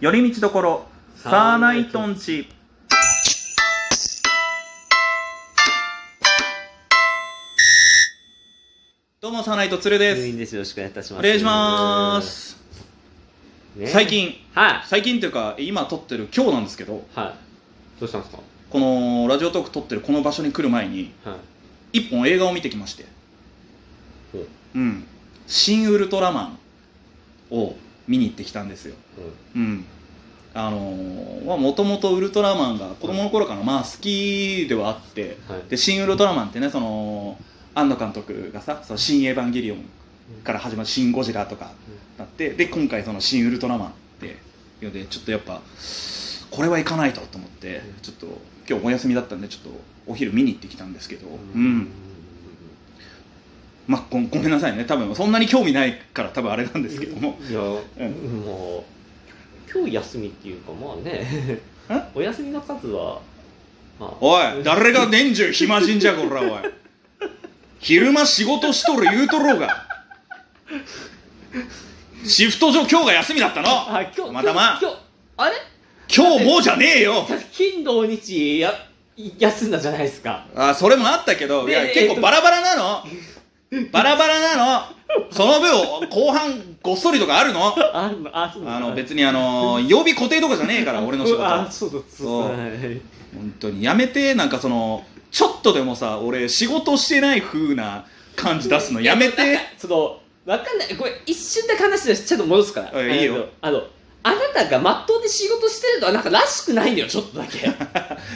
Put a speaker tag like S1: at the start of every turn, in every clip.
S1: 寄り道どころ、サーナイトンチ。どうも、サーナイトツルで
S2: 入
S1: す。
S2: 院ですよろしくお願いいたします
S1: お願いします。
S2: ね
S1: 最近、
S2: はい
S1: 最近というか、今撮ってる今日なんですけど、
S2: はいどうしたんですか
S1: このラジオトーク撮ってるこの場所に来る前に、
S2: はい
S1: 一本映画を見てきまして、
S2: ほう
S1: うん。新ウルトラマンを見に行ってきたんですよ。
S2: ほう
S1: うん、あのーまあもともとウルトラマンが子供の頃からまあ好きではあって
S2: はい
S1: で「新ウルトラマン」ってねその庵野監督がさ「その新エヴァンゲリオン」から始まる「新ゴジラ」とかなってで今回その「新ウルトラマン」っていうのでちょっとやっぱこれはいかないとと思って
S2: うん
S1: ちょっと今日お休みだったんでちょっとお昼見に行ってきたんですけど、う
S2: うん
S1: まあ、ごごめんなさいね多分そんなに興味ないから多分あれなんですけども
S2: いや、
S1: ん
S2: もう今日休みっていうかまあねお休みの数は、まあ、
S1: おい誰が年中暇人じゃこらおい昼間仕事しとる言うとろうがシフト上今日が休みだったの
S2: あ今日
S1: またまあ
S2: 今日今日あれ
S1: 今日もうじゃねえよ
S2: 金土日や休んだじゃないですか
S1: あそれもあったけどいや
S2: ねえ
S1: 結構バラバラなのバラバラなのその分後半ごっそりとかあるの
S2: ああそう
S1: あの
S2: に
S1: 別にあの曜日固定とかじゃねえから俺の仕事
S2: あ
S1: は
S2: そうだ
S1: そう
S2: はい
S1: 本当にやめてなんかそのちょっとでもさ俺仕事してない風な感じ出すのやめて
S2: そのわかんないこれ一瞬だけ話してちょっと戻すから
S1: うんいいよ
S2: あのあなたがまっとうで仕事してるのはなんからし くないんだよちょっとだけ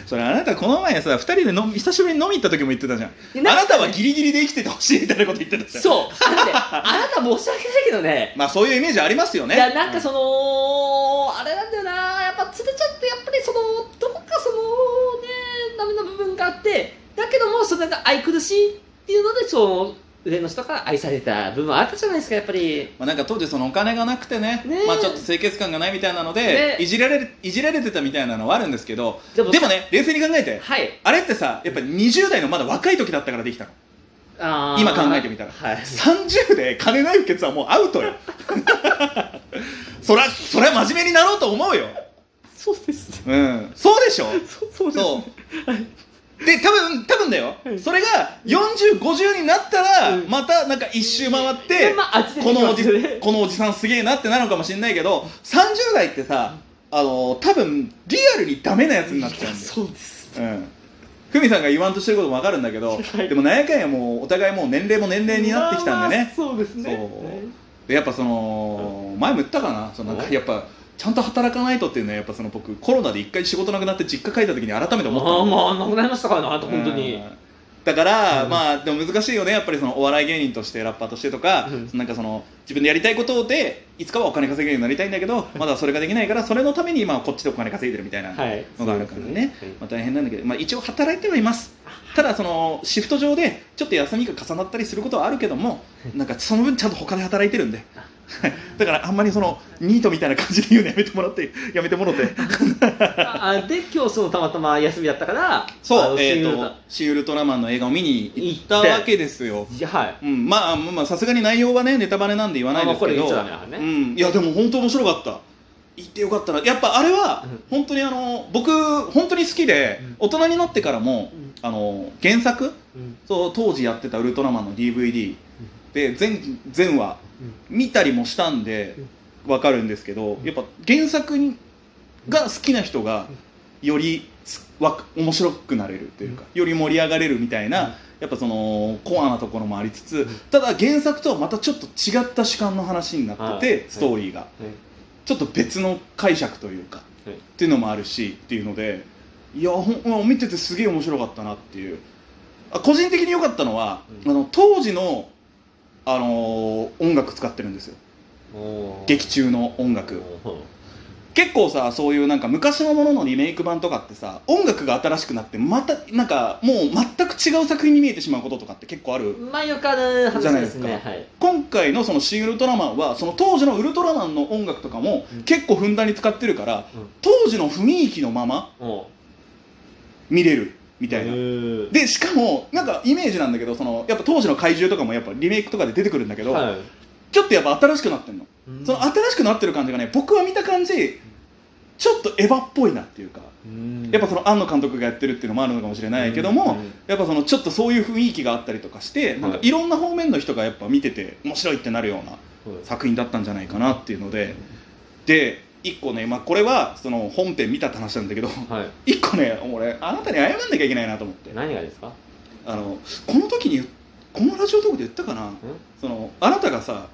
S1: それあなたこの前さ2人で飲み久しぶりに飲み行った時も言ってたじゃん
S2: い
S1: あ
S2: やなんか
S1: なたはギリギリで生きててほしいみたいなこと言ってたじゃんう
S2: そうだってあなた申し訳ないけどね
S1: まあそういうイメージありますよね
S2: いやなんかそのあれなんだよなやっぱつれちゃってやっぱりそのどこかそのねダメな部分があってだけどもそのなんか愛くるしいっていうのでその上の人から愛された部分はあったじゃないですかやっぱり
S1: まあ、なんか当時そのお金がなくてね
S2: ねえ
S1: まあちょっと清潔感がないみたいなので、
S2: ねえ
S1: いじられるいじられてたみたいなのはあるんですけど
S2: で
S1: でもね冷静に考えて
S2: はい
S1: あれってさやっぱ20代のまだ若い時だったからできたの
S2: あー
S1: 今考えてみたら
S2: はい
S1: 30で金ないケツはもうアウト よそりゃそりゃ真面目になろうと思うよ
S2: そうです
S1: うんそうでしょ
S2: そうそうです
S1: そうで多分多分だよ、それが4050になったら、
S2: うん
S1: またなんか一周回って、
S2: でまああっちで
S1: このおじ
S2: できますよね
S1: このおじさんすげえなってなるのかもしれないけど30代ってさあの多分リアルにダメなやつになっちゃうんだよ
S2: そうです
S1: うんふみさんが言わんとしてることもわかるんだけど、
S2: はい
S1: でもなんやかんやもうお互いもう年齢も年齢になってきたんでね、
S2: まあまあそうですね
S1: そうでやっぱその前も言ったかなそのなんか
S2: うん
S1: やっぱちゃんと働かないとっていうのはやっぱその僕コロナで一回仕事なくなって実家帰った時に改めて思った
S2: あ
S1: の
S2: あまあなくなりましたからねあなた本当
S1: う
S2: に
S1: んだから、
S2: うん
S1: まあでも難しいよねやっぱりそのお笑い芸人としてラッパーとしてとか、
S2: うん
S1: なんかその自分でやりたいことでいつかはお金稼げるようになりたいんだけどまだそれができないからそれのために今はこっちでお金稼いでるみたいな
S2: はい
S1: のがあるからね、
S2: そうですね
S1: まあ、大変なんだけど、まあ、一応働いてはいますただそのシフト上でちょっと休みが重なったりすることはあるけどもなんかその分ちゃんと他で働いてるんでだからあんまりそのニートみたいな感じで言うのやめてもらってやめてもろ て
S2: あで今日そのたまたま休みだったからあ
S1: そ
S2: の
S1: うえ
S2: シン
S1: ー
S2: グル
S1: と
S2: だ
S1: 「シン・ウルトラマン」の映画を見に行ったわけですよ
S2: いやはい
S1: うん、まあまあさすがに内容はねネタバレなんで言わないですけ
S2: あまあこれ言
S1: ど
S2: っちゃダメだからね
S1: うん、いやでも本当面白かった行ってよかったなやっぱあれは
S2: うん
S1: 本当にあの僕本当に好きで
S2: うん
S1: 大人になってからも
S2: うん
S1: あの原作
S2: うん
S1: そう当時やってた「ウルトラマン」の DVD で全全話見たりもしたんでわかるんですけど
S2: うん
S1: やっぱ原作が好きな人がよりすわ面白くなれるというかより盛り上がれるみたいなやっぱそのコアなところもありつつただ原作とはまたちょっと違った主観の話になって
S2: は
S1: て
S2: い
S1: ストーリーが
S2: はい
S1: ちょっと別の解釈というか
S2: はい
S1: っていうのもあるしっていうのでいやほん見ててすげえ面白かったなっていうあ個人的に良かったのは、
S2: うん
S1: あの当時の、あのー音楽使ってるんですよ
S2: おー
S1: 劇中の音楽
S2: おー
S1: 結構さそういうなんか昔のもののリメイク版とかってさ音楽が新しくなってまたなんかもう全く違う作品に見えてしまうこととかって結構ある
S2: まあよくある
S1: じゃ
S2: 話
S1: ない
S2: で
S1: です
S2: す
S1: か
S2: ねはい
S1: 今回のその「シン・ウルトラマン」はその当時のウルトラマンの音楽とかも
S2: うん
S1: 結構ふんだんに使ってるから、
S2: うん
S1: 当時の雰囲気のまま
S2: おー
S1: 見れるみたいな
S2: うー
S1: でしかもなんかイメージなんだけどそのやっぱ当時の怪獣とかもやっぱリメイクとかで出てくるんだけど、
S2: はい
S1: ちょっとやっぱ新しくなってんの、
S2: うん
S1: その新しくなってる感じがね僕は見た感じちょっとエヴァっぽいなっていうか
S3: うん
S1: やっぱその庵野監督がやってるっていうのもあるのかもしれないけど
S3: う
S1: も、
S3: ん
S1: やっぱそのちょっとそういう雰囲気があったりとかして、なんかいろんな方面の人がやっぱ見てて面白いってなるような
S3: そうだ
S1: 作品だったんじゃないかなっていうのでで一個ね、まあ、これはその本編見たって話なんだけど
S3: はい
S1: 一個ね俺あなたに謝んなきゃいけないなと思って
S3: 何がですか
S1: あのこの時にこのラジオトークで言ったかなそのあなたがさ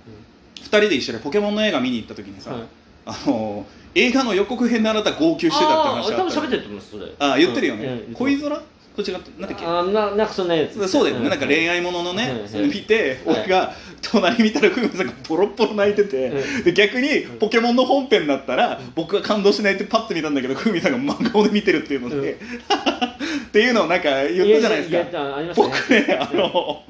S1: 2人で一緒にポケモンの映画見に行った時にさ、
S3: はい
S1: あの映画の予告編であなた号泣してたって
S2: あ
S1: 話あ
S2: ー多
S1: っ
S2: 分
S1: た
S2: 喋ってると思いますそれ
S1: あ言ってるよね、
S3: うんうん
S1: 恋空こっちがなんだっけ
S3: あーななんかそんなやつ
S1: そうだよね、なんか恋
S3: 愛
S1: 愛もののね、
S3: うん
S1: それ見て、
S3: うん
S1: 俺が隣見たら久美さんがボロッボロ泣いてて、
S3: うん
S1: で逆にポケモンの本編だったら、僕が感動しないってパッと見たんだけど久美さんが真顔で見てるっていうので、
S3: うん
S1: っていうのをなんか言ったじゃないですか
S3: かありましたね
S1: 僕ねあの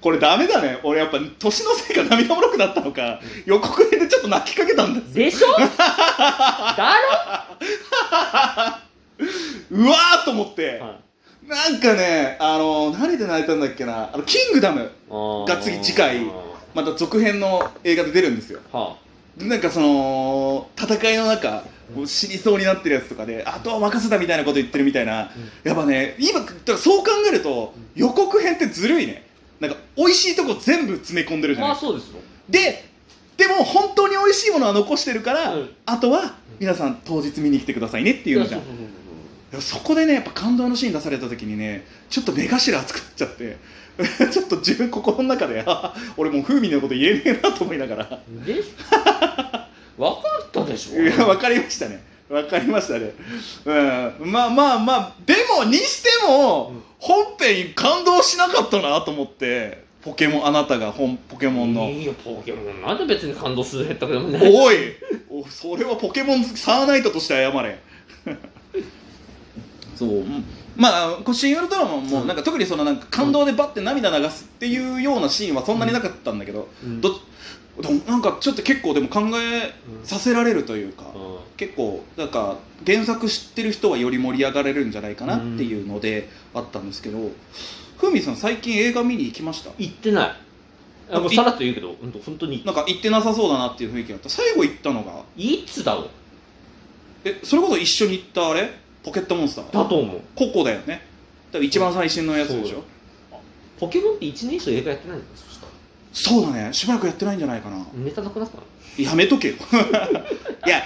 S1: これダメだね俺やっぱ年のせいか涙もろくなったのか予告編でちょっと泣きかけたんだ
S2: でしょだ
S1: うわーっと思って、
S3: うんはい
S1: なんかねあの何で泣いたんだっけなあのキングダム
S3: あー
S1: が次次回
S3: は
S1: また続編の映画で出るんですよ
S3: あ
S1: なんかその戦いの中もう死にそうになってるやつとかであとは任せたみたいなこと言ってるみたいな、やっぱね今だからそう考えると予告編ってずるいねなんか美味しいとこ全部詰め込んでるじゃ
S2: ろ
S1: な
S2: ま
S1: い
S2: あそうですよ
S1: ででも本当に美味しいものは残してるから、
S3: うん
S1: あとは皆さん当日見に来てくださいねっていうのじゃん
S3: いやそうそうそう
S1: でもそこでねやっぱ感動のシーン出された時にねちょっと目頭熱くなっちゃって ちょっと自分心の中であ俺もう風味のこと言えねえなと思いながら
S2: そうで わかったでしょ
S1: いや分かりましたね分かりましたねうんまあまあまあでもにしても、
S3: うん
S1: 本編感動しなかったなと思ってポケモンあなたが本ポケモンの、
S2: いいよポケモンなんで別に感動する減ったけどもね
S1: おいおそれはポケモン好きサーナイトとして謝れ そうまあこうシン・ウルトラマンもなんか特にそのなんか感動でバッて涙流すっていうようなシーンはそんなになかったんだけど、
S3: うん
S1: どどなんかちょっと結構でも考えさせられるというか、
S3: うん
S1: 結構なんか原作知ってる人はより盛り上がれるんじゃないかなっていうのであったんですけど、ふみさん最近映画見に行きました
S2: 言ってないあもう
S1: い
S2: さらっと言うけど本当本当に
S1: なんか行ってなさそうだなっていう雰囲気だった最後行ったのが
S2: いつだろう
S1: えそれこそ一緒に行ったあれポケットモンスタ
S2: だ
S1: ー
S2: と思う
S1: ココだよねだから一番最新のやつでしょ
S2: ポケモンって1年以上映画やってないんですそしたら
S1: そうだねしばらくやってないんじゃないかな、
S2: ネタなくなったの
S1: やめと けよいや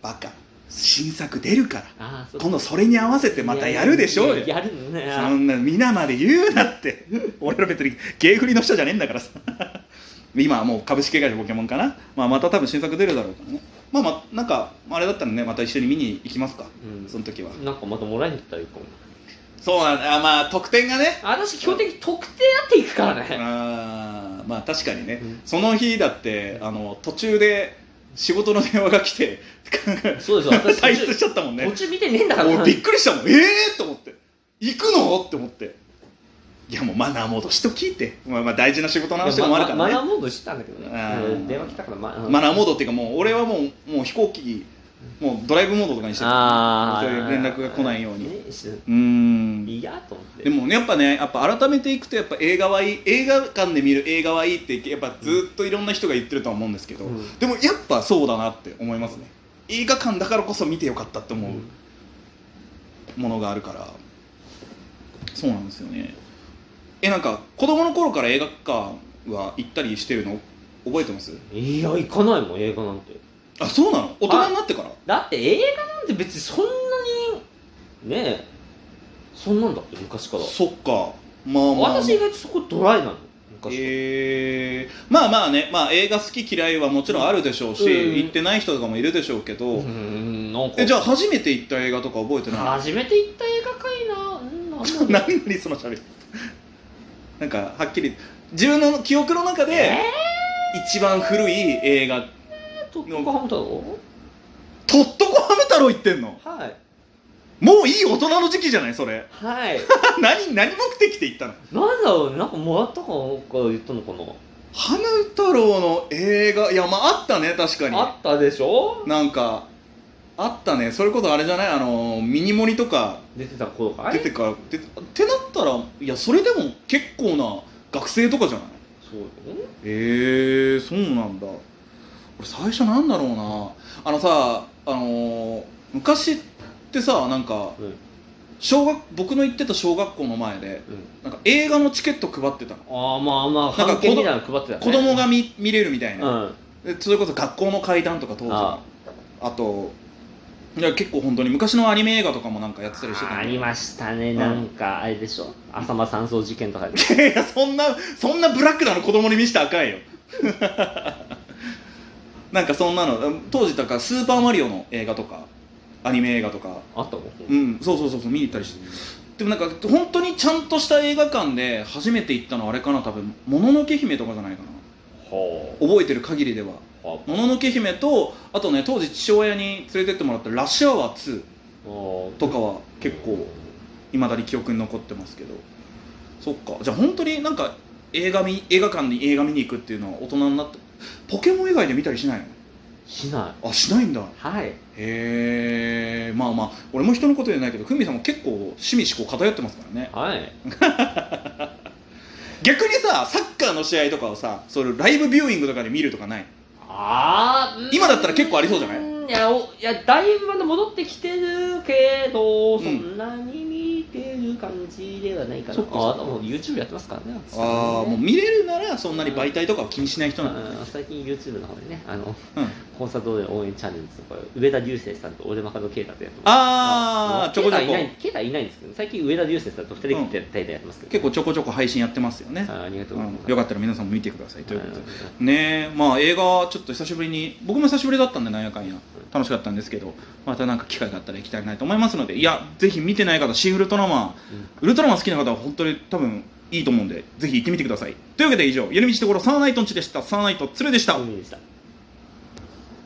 S1: バカ新作出るから
S2: ああそう
S1: 今度それに合わせてまたやるでしょうよ
S2: いややるね
S1: そんな皆まで言うなって俺ら別に芸振りの人じゃねえんだからさ今はもう株式会社ポケモンかな、まあ、また多分新作出るだろうからねまあまあなんかあれだったらねまた一緒に見に行きますか
S3: うん
S1: その時は
S2: なんかまたもらいに行ったらいいかも
S1: そうなんだあまあ得点がね
S2: 私基本的に特定やっていくからね
S1: あーまあ確かにね、
S3: うん
S1: その日だってあの途中で仕事の電話が来て
S2: そうです私
S1: 退
S2: 途
S1: 出し
S2: 中
S1: ちゃったもんね
S2: 途中見てねえんだから
S1: 俺びっくりしたもんええー、と思って行くのって思っていやもうマナー戻しときって、まあ、まあ大事な仕事の話とかもあるか
S2: マ
S1: ら
S2: ナ
S1: ね
S2: ーモードしてたんだけどね
S1: あー
S2: うん電話来たからマ
S1: マナーモー
S2: ド
S1: ドっていうかもう俺はもうもう飛行機もうドライブモードとかにしてる
S2: ああ
S1: そういう連絡が来ないようにうーん
S2: いやと思って
S1: でもねやっぱねやっぱ改めていくとやっぱ映画はいい映画館で見る映画はいいってやっぱずっといろんな人が言ってるとは思うんですけど、
S3: うん
S1: でもやっぱそうだなって思いますね映画館だからこそ見てよかったって思う、ものがあるからそうなんですよねえなんか子供の頃から映画館は行ったりしてるの覚えてます
S2: いや行かないもん映画なんて
S1: あそうなの大人になってから
S2: だって映画なんて別にそんなにねえそんなんだって昔から
S1: そっかまあまあ
S2: 私意外とそこドライなの昔から
S1: えーまあまあね、まあ、映画好き嫌いはもちろんあるでしょうし、
S2: うん
S1: 行ってない人とかもいるでしょうけど、
S2: うーんなんか
S1: えじゃあ初めて行った映画とか覚えてない
S2: 初めて行った映画かいなうん なんだろう
S1: 何々その喋り なんかはっきり自分の記憶の中で
S2: え
S1: 一番古い映画
S2: ーと横浜だろ
S1: 「とっとこハム太郎」行ってんの
S2: はい
S1: もういい大人の時期じゃないそれ
S2: はい
S1: 何何目的で行ったの
S2: なんだろうなんかもらったかなんか言ったのかな
S1: ハム太郎の映画いやまああったね確かに
S2: あったでしょ
S1: なんかあったねそれこそあれじゃないあのミニモニとか
S2: 出てた頃かい
S1: 出てからでってなったらいやそれでも結構な学生とかじゃない
S2: そうだよね
S1: えー、そうなんだ俺最初なんだろうなあのさあのー昔ってさなんか
S2: うんうん
S1: 小学僕の行ってた小学校の前でなんか映画のチケット配ってたの
S2: ああまあまあ
S1: なんか
S2: 半券みたいなの配ってたね
S1: 子供が見見れるみたいな、
S2: うん
S1: でそれこそ学校の階段とか当時の
S2: あ
S1: あといや結構本当に昔のアニメ映画とかもなんかやってたりしてた
S2: あ
S1: の
S2: りましたね
S1: うん
S2: なんかあれでしょ浅間山荘事件とかで
S1: いやそんなそんなブラックなの子供に見せたらあかんよ なんかそんなの当時だから「スーパーマリオ」の映画とかアニメ映画とか
S2: あったもん
S1: うんそうそうそうそう見に行ったりしてでもなんか本当にちゃんとした映画館で初めて行ったのはあれかな多分「もののけ姫」とかじゃないかな
S2: ほう
S1: 覚えてる限りでは「
S2: あ
S1: もののけ姫と」あとね当時父親に連れてってもらった「ラッシュアワー2」とかは結構いまだに記憶に残ってますけどそっかじゃあ本当になんか映画見映画館に映画見に行くっていうのは大人になってポケモン以外で見たりしない
S2: しな
S1: のあしないんだへ
S2: いはい
S1: えまあまあ俺も人のこと言えないけどふみさんも結構趣味思考偏ってますからね
S2: はい
S1: 逆にさサッカーの試合とかをさそれライブビューイングとかで見るとかない
S2: ああうん
S1: 今だったら結構ありそうじゃない
S2: いやおいやだいぶまだ戻ってきてるけど、
S1: ん
S2: そんなに見てる感じではないかな
S1: そっか
S2: あ
S1: そっか
S2: もう YouTube やってますからね
S1: ああもう見れるならそんなに媒体とかは気にしない人なの
S2: うん最近 YouTube の方でねあの、
S1: うん
S2: コンサートで応援チャンネルですこれ上田流星さんと俺まかの啓太とやってます
S1: ああちょこちょ
S2: 啓太いな
S1: こ
S2: い啓太いないんですけど最近上田流星さんと二人でやってやってますけど、
S1: 結構ちょこちょこ配信やってますよね
S2: あーありがとう
S1: う
S2: ござい
S1: ん
S2: ます、、
S1: よか
S2: っ
S1: ったら皆さんも見てくださいということで、
S2: で
S1: ねえまあ映画ちょっと久しぶりに僕も久しぶりだったんでなんやかんや楽しかったんですけどまたなんか機会があったら行きたいなと思いますのでいやぜひ見てない方シン・ウルトラマンウルトラマン好きな方は本当に多分いいと思うんでぜひ行ってみてくださいというわけで以上「やり道ところサーナイトンチ」でしたサーナイトツルでした、
S2: 海でした